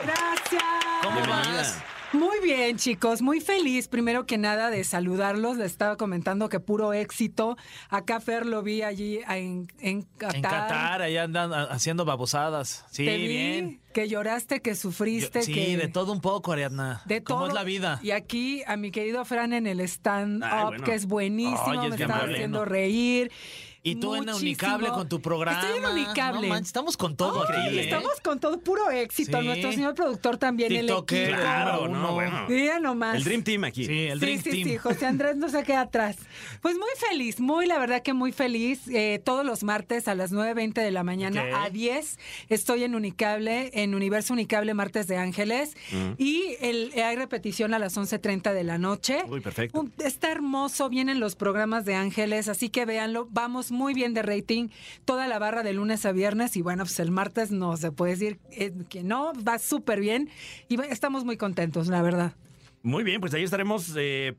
Gracias.
¿Cómo
Bienvenida.
vas?
Muy bien, chicos. Muy feliz, primero que nada, de saludarlos. Les estaba comentando que puro éxito. Acá Fer lo vi allí en, en Qatar.
En Qatar, ahí andan ah, haciendo babosadas. Sí,
Te vi,
bien.
que lloraste, que
Yo-
sufriste.
sí,
que...
de todo un poco, Ariadna.
De
¿Cómo
todo.
es la vida?
Y aquí a mi querido Fran en el stand-up,
Ay, bueno.
que es buenísimo,
Ay, es
me
bien
estaba
bueno.
haciendo reír.
Y tú en
Muchísimo.
Unicable con tu programa.
Estoy en Unicable.
No manches, estamos con todo
Ay,
aquí. ¿eh?
Estamos con todo puro éxito.
Sí.
Nuestro señor productor también,
TikToker,
el equipo.
Claro,
uno.
no, bueno.
Mira nomás.
El Dream Team aquí.
Ah, Sí, el
sí,
Dream
sí,
Team.
sí, José Andrés no se queda atrás. Pues muy feliz, muy, la verdad que muy feliz. Eh, todos los martes a las 9.20 de la mañana
Ok.
a 10 estoy en Unicable, en Universo Unicable Martes de Ángeles.
Mm.
Y el, hay repetición a las 11.30 de la noche.
Uy, perfecto.
Un- está hermoso, vienen los programas de Ángeles, así que véanlo. Vamos muy bien de rating, toda la barra de lunes a viernes. Y bueno, pues el martes no se puede decir eh, que no, va súper bien. Y va- estamos muy contentos, la verdad.
Muy bien, pues ahí estaremos eh,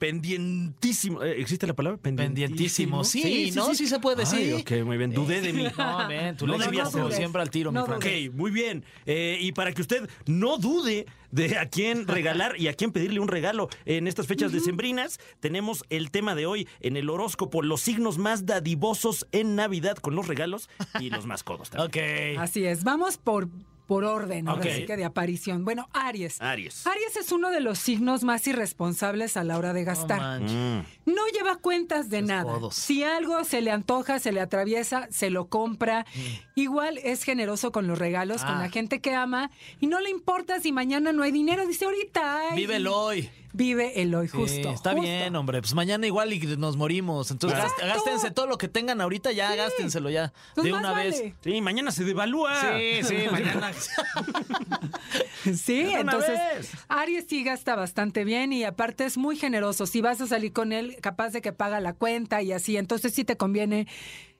pendientísimo. Eh, ¿Existe la palabra?
Pendientísimo. Sí, ¿no? Sí se puede, sí.
Ay, ok, muy bien. Dudé de mí.
No, ven, tú
No
le
debías
debías como
dudes.
siempre al tiro,
pues. No
mi Fran.
Ok, muy bien. Eh, y para que usted no dude de a quién regalar y a quién pedirle un regalo en estas fechas decembrinas, tenemos el tema de hoy en el horóscopo, los signos más dadivosos en Navidad con los regalos y los más codos también.
Ok.
Así es, vamos por, por orden, ahora
Ok.
sí que de aparición. Bueno, Aries.
Aries.
Aries es uno de los signos más irresponsables a la hora de
No
gastar.
manches.
Mm.
No lleva cuentas de
Esos
nada.
codos.
Si algo se le antoja, se le atraviesa, se lo compra.
Mm.
Igual es generoso con los regalos, con
Ah.
la gente que ama. Y no le importa si mañana no hay dinero. Dice ahorita. ay,
Vive el hoy.
Vive el hoy,
Sí,
justo.
está
justo.
bien, hombre. Pues mañana igual y nos morimos. Entonces, gast-
Exacto.
gástense todo lo que tengan ahorita, ya gástenselo ya.
Pues
de
más
una
vale. Ah.
Sí, mañana se devalúa.
vez. Sí, sí, mañana.
Sí,
una
entonces
vez.
Aries sí gasta bastante bien y aparte es muy generoso. Si vas a salir con él, capaz de que paga la cuenta y así. Entonces sí te conviene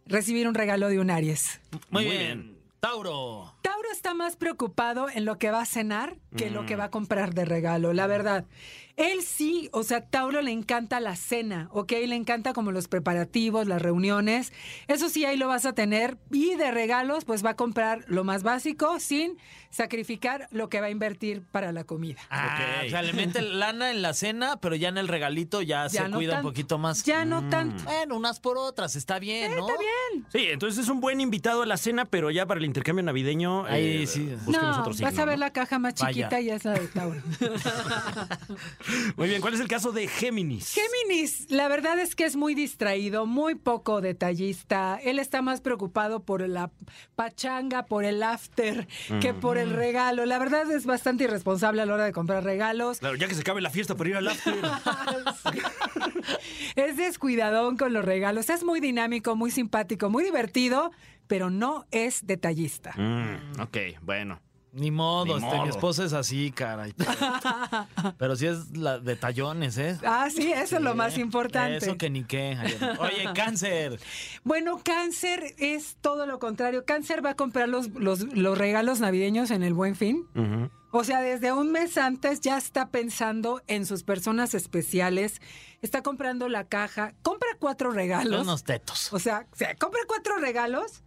recibir un regalo de un Aries.
Muy
Muy, bien.
bien.
Tauro.
Tauro está más preocupado en lo que va a cenar que en lo
Mm.
que va a comprar de regalo, la verdad. Él sí, o sea, Tauro le encanta la cena, ¿ok? Le encanta como los preparativos, las reuniones. Eso sí, ahí lo vas a tener. Y de regalos, pues va a comprar lo más básico sin sacrificar lo que va a invertir para la comida.
Ah, O sea, le mete lana en la cena, pero ya en el regalito ya,
Ya
se
no
cuida
tanto.
un poquito más. Mm,
Ya no tanto.
Bueno, unas por otras, está bien, ¿no?
Está bien.
Sí, entonces es un buen invitado a la cena, pero ya para el intercambio navideño. eh,
Ahí sí.
busquemos
no,
otro signo,
vas a ver
¿no?
la caja más
Vaya.
chiquita y es la de Tauro.
Muy bien, ¿cuál es el caso de Géminis?
Géminis, la verdad es que es muy distraído, muy poco detallista. Él está más preocupado por la pachanga, por el after, que por el regalo. La verdad es bastante irresponsable a la hora de comprar regalos.
Claro, ya que se acabe la fiesta para ir al after.
Es descuidadón con los regalos. Es muy dinámico, muy simpático, muy divertido, pero no es detallista.
Mm, ok, bueno.
Ni modo,
Ni
este,
modo.
mi esposa es así, caray. Pero sí es la de tallones, ¿eh?
Ah, sí, eso es lo más
Sí, ¿eh?
importante.
Eso que ni qué. Ariana. Oye, cáncer.
Bueno, cáncer es todo lo contrario. Cáncer va a comprar los, los, los regalos navideños en el buen fin. O sea, desde un mes antes ya está pensando en sus personas especiales, está comprando la caja, compra cuatro
Son
regalos.
unos tetos.
O sea, o sea, compra cuatro regalos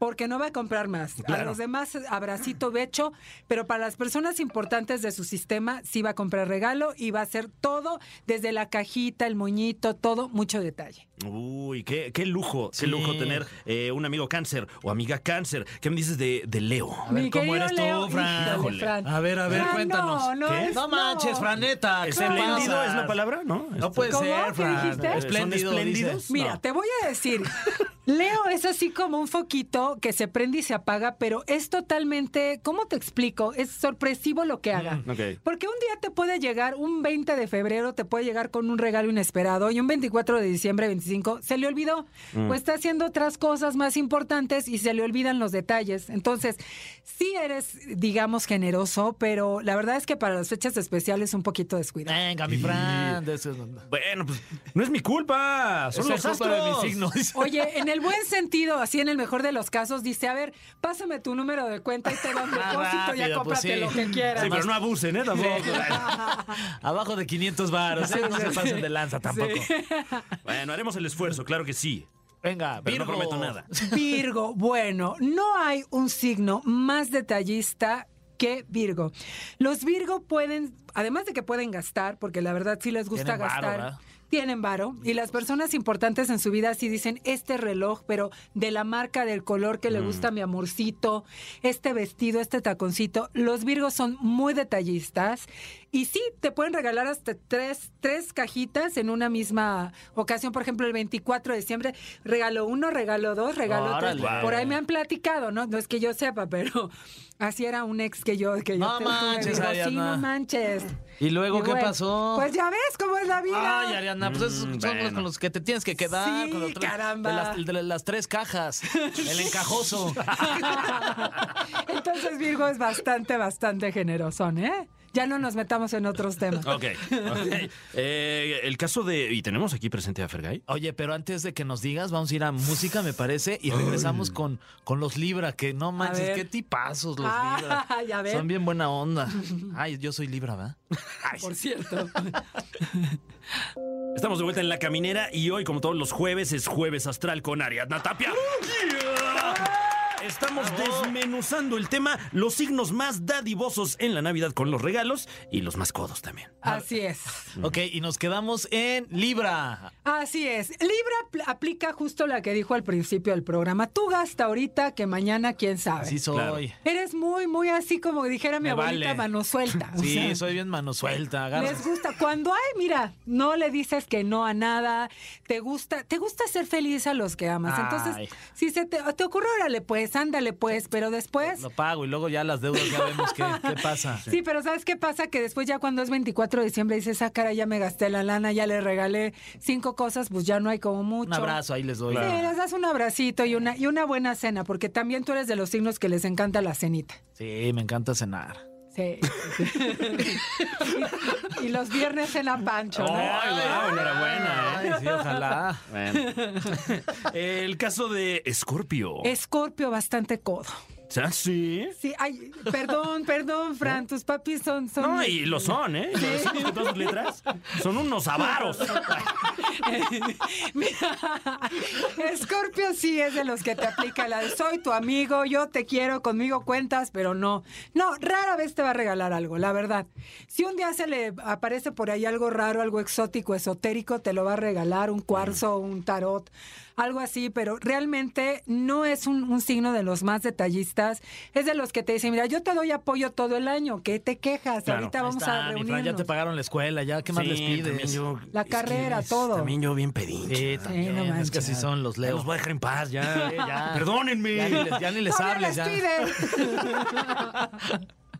porque no va a comprar más. A
Claro.
los demás abracito becho, pero para las personas importantes de su sistema sí va a comprar regalo y va a hacer todo, desde la cajita, el moñito, todo, mucho detalle.
Uy, qué, qué lujo, qué
Sí.
lujo tener eh, un amigo cáncer o amiga cáncer. ¿Qué me dices de, de Leo?
A ver,
Mi
¿cómo
querido
eres
Leo,
tú, Fran?
híjole, Fran.
A ver, a ver,
Fran, no,
cuéntanos.
no
¿Qué?
es-
no manches,
no.
Franeta. ¿qué
¿Espléndido
pasa?
es la palabra? No, Este,
No puede
¿Cómo?
ser,
¿Qué
Fran.
dijiste? ¿Son
Espléndido,
espléndidos?
dices.
Mira,
No.
te voy a decir, Leo es así como un foquito que se prende y se apaga, pero es totalmente, ¿cómo te explico? Es sorpresivo lo que haga.
Mm, ok.
Porque un día te puede llegar, un 20 de febrero te puede llegar con un regalo inesperado y un 24 de diciembre, 25, se le olvidó. O está haciendo otras cosas más importantes y se le olvidan los detalles. Entonces, sí eres, digamos, generoso, pero la verdad es que para las fechas especiales un poquito descuidado.
Venga, mi Fran. de esos-
Bueno, pues no es mi culpa. Son
Esa
los
es culpa de mi
astros.
signo, dice.
Oye, en el buen sentido, así en el mejor de los casos, dice, a ver, pásame tu número de cuenta y te doy un
Ah,
depósito, ya
rápido, pues
cómprate
sí.
lo que quieras.
Sí, pero no abusen, ¿eh? Tampoco.
Abajo de 500 varos. ¿eh? No se pasen de lanza tampoco.
bueno, haremos el esfuerzo, claro que sí.
Venga,
Pero
Virgo.
no prometo nada.
Virgo, bueno, no hay un signo más detallista que Virgo. Los Virgo pueden además de que pueden gastar, porque la verdad sí les gusta
Tienen varo,
gastar,
¿verdad?
tienen varo. Y las personas importantes en su vida sí dicen, este reloj, pero de la marca, del color que
Mm.
le gusta a mi amorcito, este vestido, este taconcito. Los virgos son muy detallistas y sí, te pueden regalar hasta tres, tres cajitas en una misma ocasión. Por ejemplo, el 24 de diciembre, regalo uno, regalo dos, regalo tres.
Órale.
Por ahí me han platicado, ¿no? No es que yo sepa, pero así era un ex que yo... Que yo
No
te- tuve.
manches,
Digo, sí,
Ariadna.
no manches.
¿Y luego
Y
qué
bueno,
pasó?
Pues ya ves cómo es la vida.
Ay, Ariana, pues esos son
Mm,
los con
bueno.
los que te tienes que quedar.
Sí,
con los tres-
caramba.
De las, de las- las tres cajas. El encajoso.
Entonces Virgo es bastante, bastante generoso, ¿eh? Ya no nos metamos en otros temas.
Ok. ok. Eh, el caso de. Y tenemos aquí presente a Fergay.
Oye, pero antes de que nos digas, vamos a ir a música, me parece, y regresamos con, con los Libra, que no manches,
ver.
qué tipazos los Libra.
Ay, a ver.
Son bien buena onda. Ay, yo soy Libra, ¿verdad?
Por cierto.
Estamos de vuelta en la caminera y hoy, como todos los jueves, es Jueves Astral con Ariadna Tapia. Estamos desmenuzando el tema, los signos más dadivosos en la Navidad con los regalos y los más codos también.
Así es.
Ok, y nos quedamos en Libra.
Así es. Libra apl- aplica justo la que dijo al principio del programa. Tú gasta ahorita que mañana quién sabe.
Sí soy.
Eres muy, muy así como dijera mi
Me
abuelita,
vale.
mano suelta. O
Sí,
sea,
soy bien mano suelta. agarra.
Les gusta. Cuando hay, mira, no le dices que no a nada. Te gusta, te gusta ser feliz a los que amas.
Ay.
Entonces, si se te, te ocurre, órale, pues, ándale, pues. Pero después.
Lo pago y luego ya las deudas ya vemos qué, qué pasa.
Sí, pero ¿sabes qué pasa? Que después ya cuando es 24 de diciembre dices, ah, cara, ya me gasté la lana, ya le regalé cinco cosas, pues ya no hay como mucho.
Un abrazo, ahí les doy.
Sí, les das un abracito y una, y una buena cena, porque también tú eres de los signos que les encanta la cenita.
Sí, me encanta cenar.
Sí. y, y los viernes cena pancho, ¿no?
guau, enhorabuena, ¿eh?
Ay, sí, ojalá.
El caso de Escorpio.
Escorpio bastante codo.
¿Ah, sí?
Sí, ay, perdón, perdón, Fran, tus papis son... son
No, y lo son, ¿eh? Lo decimos con todas sus letras. Son unos avaros.
Escorpio sí es de los que te aplica la de soy tu amigo, yo te quiero, conmigo cuentas, pero no. No, rara vez te va a regalar algo, la verdad. Si un día se le aparece por ahí algo raro, algo exótico, esotérico, te lo va a regalar un cuarzo, un tarot, algo así, pero realmente no es un, un signo de los más detallistas. Es de los que te dicen, mira, yo te doy apoyo todo el año, ¿qué te quejas?
Claro,
Ahorita
Ahí
vamos
está,
a
mi Fran,
reunirnos.
ya te pagaron la escuela, ya, ¿qué más les
Sí, también
pides?
yo-
La
es que
carrera,
es-
todo.
También yo bien pedinche.
Sí, también,
no
es que
manches.
así son los
Ya
leos.
los voy a dejar en paz, ya.
Sí, ya.
Perdónenme.
Ya ni les, ya ni les
Todavía
hables, ya.
les pide.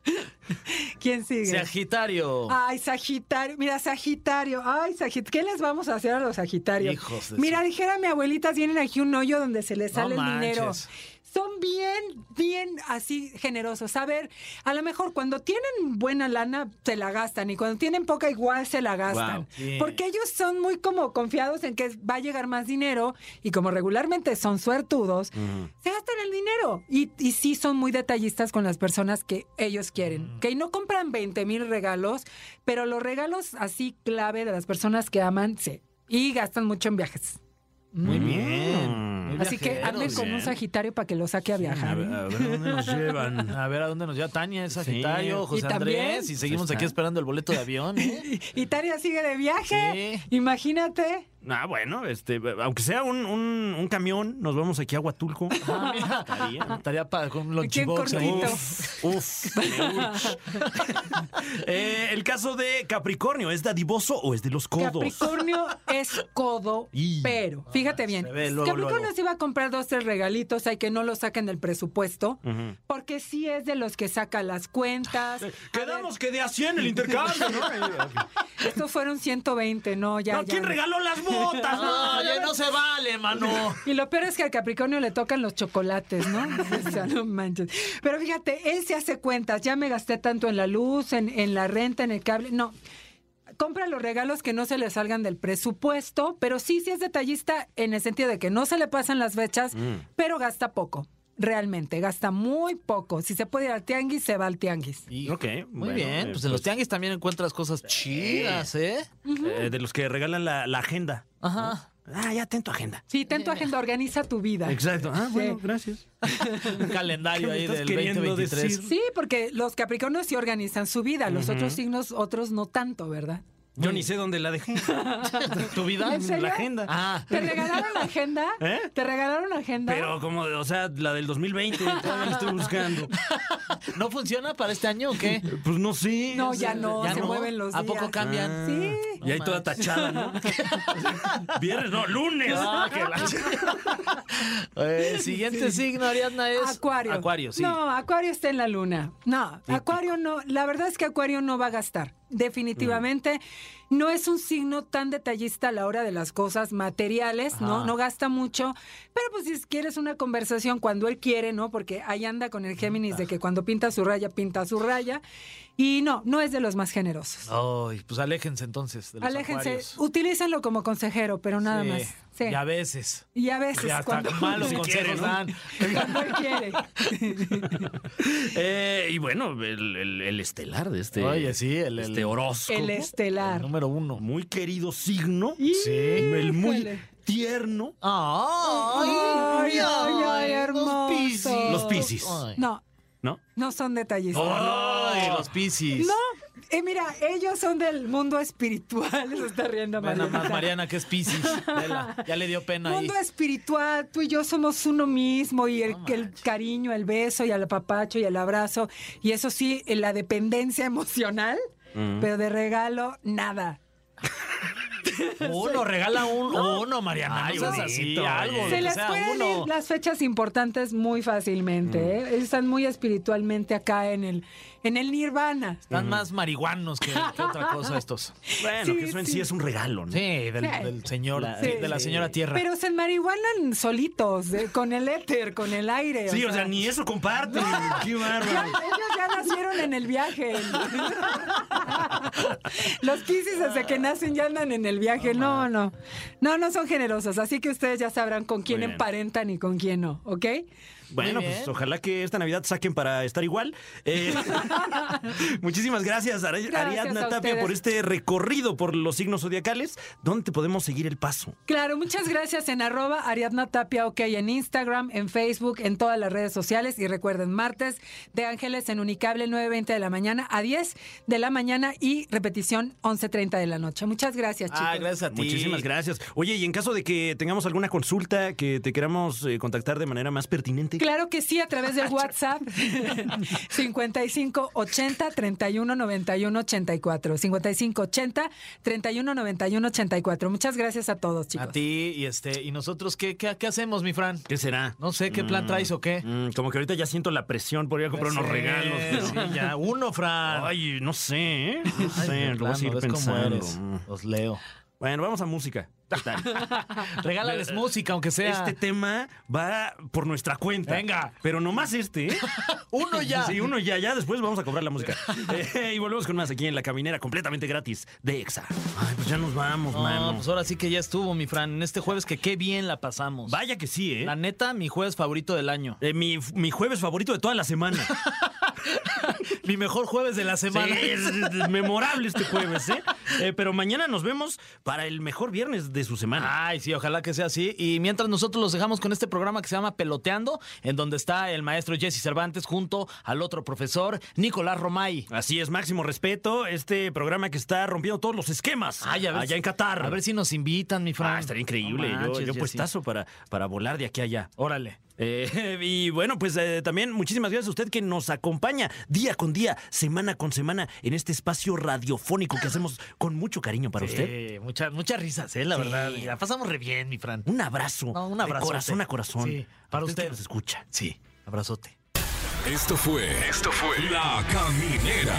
¿Quién sigue?
Sagitario.
Ay, Sagitario, mira, Sagitario, ay, Sagitario, ¿qué les vamos a hacer a los Sagitarios?
Hijos de
mira,
su-
dijera mi abuelita, tienen aquí un hoyo donde se les
No
sale el dinero.
manches.
Son bien, bien así generosos. A ver, a lo mejor cuando tienen buena lana, se la gastan y cuando tienen poca, igual se la gastan.
Wow,
sí.
Porque ellos son muy como confiados en que va a llegar más dinero y como regularmente son suertudos, se gastan el dinero. Y, y sí son muy detallistas con las personas que ellos quieren. Que no compran 20 mil regalos, pero los regalos así clave de las personas que aman, sí. Y gastan mucho en viajes.
Muy bien.
Mm.
muy
Así que
viajeros,
anden con
bien.
un Sagitario para que lo saque a
A
Mm,
viajar.
ver,
¿eh?
a ver dónde nos llevan.
A ver a dónde nos lleva Tania, es Sagitario,
Sí.
José
Y también-
Andrés, y seguimos aquí esperando el boleto de avión. ¿eh?
Y Italia sigue de viaje.
Sí.
Imagínate.
Ah, bueno, este, aunque sea un, un, un camión, nos vamos aquí a Huatulco.
Ah, mira, estaría para con un
Aquí en
lunchbox ¿eh? ahí.
cortito.
Uf, uf, me urge. Eh, el caso de Capricornio, ¿es dadivoso o es de los codos?
Capricornio es codo,
Y-
pero fíjate bien.
se ve luego,
Capricornio
luego.
se iba a comprar dos, tres regalitos, hay que no lo saquen del presupuesto,
Ujú.
porque sí es de los que saca las cuentas. A
Quedamos que de a 100 el intercambio, ¿no?
ver, Estos fueron 120, no, ya.
No,
ya,
¿Quién
ya.
regaló las botas?
Ah,
No,
No,
oye, no se vale, mano.
Y lo peor es que al Capricornio le tocan los chocolates, ¿no? O sea, no manches. Pero fíjate, él se hace cuentas. Ya me gasté tanto en la luz, en, en la renta, en el cable. No. Compra los regalos que no se le salgan del presupuesto, pero sí, sí es detallista en el sentido de que no se le pasan las fechas, pero gasta poco. Realmente, gasta muy poco. Si se puede ir al tianguis, se va al tianguis.
Y-
Ok,
Muy
bueno,
bien,
eh,
pues en los tianguis también encuentras cosas chidas, ¿eh?
Eh, de los que regalan la, la agenda.
Ajá.
Ah, ya ten tu agenda.
Sí, ten tu agenda, organiza tu vida.
Exacto. Ah, bueno, gracias.
Un calendario
¿Qué me
ahí
estás
del
queriendo
2023.
decir?
Sí, porque los Capricornios sí organizan su vida, los otros signos, otros no tanto, ¿verdad?
Yo ni sé dónde la dejé.
¿Tu vida?
¿En serio?
La agenda.
Ah,
¿Te regalaron la agenda?
¿Eh?
¿Te regalaron la agenda?
Pero como, o sea, la del 2020, todavía la estoy buscando.
¿no funciona para este año o qué?
Pues no sé.
No, ya no,
¿Ya
se
no?
mueven los
¿A
días.
poco cambian?
Sí.
Ah. Y ahí toda
manches.
tachada, ¿no? Viernes, no, lunes.
Ah,
Que la-
Eh, el siguiente signo, Ariadna, es.
Acuario.
Acuario, sí.
No, Acuario está en la luna. No, Acuario no. La verdad es que Acuario no va a gastar. Definitivamente
Mm.
no es un signo tan detallista a la hora de las cosas materiales, ¿no?
Ajá.
No gasta mucho. Pero pues si quieres una conversación cuando él quiere, ¿no? Porque ahí anda con el Géminis de que cuando pinta su raya, pinta su raya. Y no, no es de los más generosos.
Ay, pues aléjense entonces. De los
Aléjense,
acuarios.
utilícenlo como consejero, pero nada
Sí,
más. Sí.
Y a veces.
Y a veces
Ya hasta
cuando,
malos
Si
consejos
quiere, ¿no?
dan.
cuando él quiere.
Eh, y bueno, el, el- el estelar de este.
Oye, sí, el- el-
este horóscopo.
El
El
estelar.
número uno.
Muy querido signo.
Sí.
El muy
Híjole.
tierno.
Ay,
Ay, ay, ay, hermoso.
Los piscis.
Los piscis.
Ay.
No,
¿No?
no son detallistas.
Ay, los piscis.
No, eh, mira, ellos son del mundo espiritual. Se está riendo
Ve nada
Marianita.
más, Mariana, que es piscis. Vela, Ya le dio pena ahí.
Mundo espiritual, tú y yo somos uno mismo y el,
No
el
manches.
cariño, el beso y al apapacho y el abrazo. Y eso sí, eh, la dependencia emocional, pero de regalo, nada.
Uno, regala un, uno, Mariana.
Ay,
no seas así,
bonito,
algo.
oye.
que
Se les
sea
pueden
uno.
ir las fechas importantes muy fácilmente.
Mm.
¿eh? Están muy espiritualmente acá en el, en el nirvana.
Están más marihuanos que, que otra cosa estos.
Bueno,
Sí,
que eso en sí.
sí.
es un regalo, ¿no?
Sí, del,
Sí.
del señor,
La-
de la
sí.
señora tierra.
Pero se enmarihuanan solitos, eh, con el éter, con el aire.
Sí, o sea, ni eso comparten. Qué
Ya,
bárbaro.
ellos ya nacieron en el viaje. Los piscis desde que nacen ya andan en el viaje. No, no. No, no son generosos. Así que ustedes ya sabrán con quién
Muy bien.
emparentan y con quién no, ¿ok?
Bueno,
Muy bien.
pues ojalá que esta Navidad saquen para estar igual. Eh, muchísimas gracias, Ari-
Gracias
Ariadna
a
Tapia,
ustedes.
por este recorrido por los signos zodiacales. ¿Dónde te podemos seguir el paso?
Claro, muchas gracias en arroba Ariadna Tapia, ok, en Instagram, en Facebook, en todas las redes sociales. Y recuerden, martes de Ángeles en Unicable, 9.20 de la mañana a 10 de la mañana y repetición 11.30 de la noche. Muchas gracias, chicos.
ah, gracias a ti.
Muchísimas gracias. Oye, y en caso de que tengamos alguna consulta que te queramos eh, contactar de manera más pertinente.
Claro que sí, a través del WhatsApp 55 80 31 91 84. 55 80 31 91 84. Muchas gracias a todos, chicos.
A ti y este, y nosotros qué, qué, qué hacemos, mi Fran?
¿Qué será?
No sé qué plan traes o qué.
Mm, como que ahorita ya siento la presión por ir a comprar unos
Sí,
regalos. pero-
sí, ya. Uno, Fran.
Ay, no sé, ¿eh? No
Ay,
sé, lo
de
voy a
plano,
seguir
¿ves cómo
pensando.
eres?
Mm.
Los leo.
Bueno, vamos a música. ¿Qué tal?
Regálales música, aunque sea.
Este tema va por nuestra cuenta.
Venga.
Pero nomás este, ¿eh?
Uno ya.
Sí, uno ya, ya después vamos a cobrar la música. Eh, y volvemos con más aquí en La Caminera, completamente gratis, de EXA. Ay, pues ya nos vamos,
No,
mano.
pues ahora sí que ya estuvo, mi Fran. En este jueves que qué bien la pasamos.
Vaya que sí, ¿eh?
La neta, mi jueves favorito del año.
Eh, mi, mi jueves favorito de toda la semana.
Mi mejor jueves de la
Sí,
semana.
es, es memorable este jueves, ¿eh? Eh, Pero mañana nos vemos para el mejor viernes de su semana.
Ay, sí, ojalá que sea así. Y mientras nosotros los dejamos con este programa que se llama Peloteando, en donde está el maestro Jesse Cervantes junto al otro profesor, Nicolás Romay.
Así es, máximo respeto. Este programa que está rompiendo todos los esquemas
Ay, a ver
allá
si-
en Qatar.
A ver si nos invitan, mi Fran.
Ah, estaría increíble.
No
Yo-
manches,
yo
Jesse.
puestazo para, para volar de aquí a allá.
Órale.
Eh, y bueno, pues eh, también muchísimas gracias a usted que nos acompaña día con día, semana con semana en este espacio radiofónico que hacemos con mucho cariño para usted.
Sí, mucha- muchas risas, ¿eh? La
Sí. Mm.
verdad. La pasamos re bien, mi Fran.
Un abrazo.
No, un
de
abrazote.
corazón a corazón.
Sí, para
A que
usted.
nos escucha.
Sí, abrazote.
Esto fue. Esto fue. La Caminera.